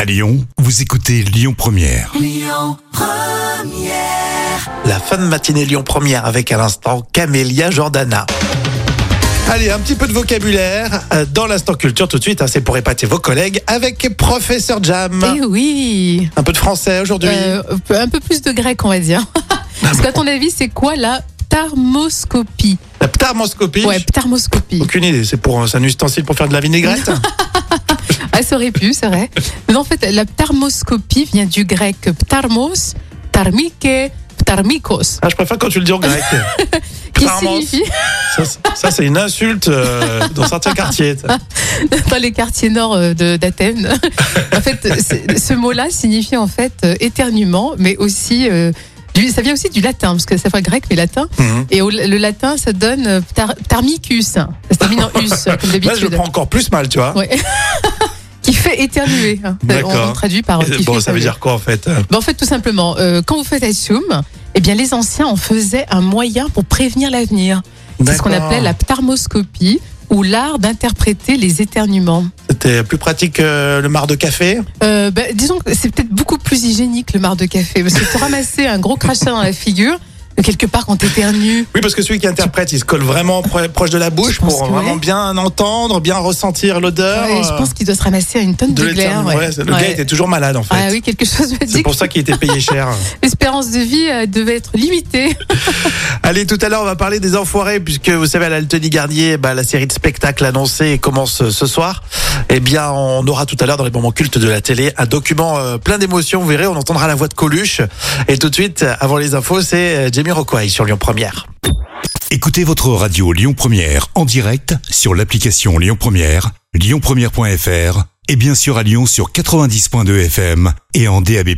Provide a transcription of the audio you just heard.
À Lyon, vous écoutez Lyon Première. La fin de matinée Lyon Première avec à l'instant Camélia Jordana. Allez, un petit peu de vocabulaire euh, dans l'instant culture tout de suite. hein, c'est pour épater vos collègues avec Professeur Jam. Eh oui Un peu de français aujourd'hui. Euh, Un peu plus de grec, on va dire. Parce qu'à ton avis, c'est quoi la thermoscopie La ptarmoscopie. Ouais, thermoscopie. Aucune idée. C'est pour euh, c'est un ustensile pour faire de la vinaigrette. Ah, ça aurait pu, c'est vrai. Mais en fait, la thermoscopie vient du grec ptarmos, ptarmike, ptarmikos. ah, je préfère quand tu le dis en grec. Qui Ptarmos. signifie, Ça, c'est- ça, c'est une insulte euh, dans certains quartiers. ça. dans les quartiers nord euh, de- d'Athènes, en fait, c'est- ce mot-là signifie en fait euh, éternuement, mais aussi. euh, du- ça vient aussi du latin, parce que ça fois grec, mais latin. Mhm. Et au- le latin, ça donne euh, ptar- ptarmicus. Ça se termine en us, comme Là, je le d'habitude. prends encore plus mal, tu vois. Ouais. qui fait éternuer. hein. On, D'accord. on traduit par. euh, qui Bon, fait ça veut éternuer. dire quoi en fait euh, Bon, en fait, tout simplement, euh, quand vous faites Assium, eh bien, les anciens en faisaient un moyen pour prévenir l'avenir. C'est ce qu'on D'accord. appelait la ptarmoscopie ou l'art d'interpréter les éternuements. C'était plus pratique que le mar de café. Euh, ben, disons que c'est peut-être beaucoup plus hygiénique le mar de café, parce que te ramasser un gros crachat dans la figure, quelque part quand t'éternues, Oui, parce que celui qui interprète, il se colle vraiment pro- proche de la bouche Je pense pour que vraiment ouais. bien entendre, bien ressentir l'odeur. ouais, je euh, pense qu'il doit se ramasser à une tonne de, de glaire. l'éternel. ouais. Ouais, le Ouais. gars était toujours malade en fait. Ah oui, quelque chose me C'est dit que pour ça qu'il était payé cher. l'espérance de vie euh, devait être limitée. Allez, tout à l'heure, on va parler des enfoirés, puisque vous savez, à l'Altony Garnier, bah, la série de spectacles annoncée commence euh, ce soir. Eh bien, on aura tout à l'heure, dans les moments cultes de la télé, un document euh, plein d'émotions. Vous verrez, on entendra la voix de Coluche. Et tout de suite, avant les infos, c'est euh, Jamie Rockway sur Lyon Première. Écoutez votre radio Lyon Première en direct sur l'application Lyon Première, lyonpremière.fr et bien sûr à Lyon sur 90.2 FM et en DAB+.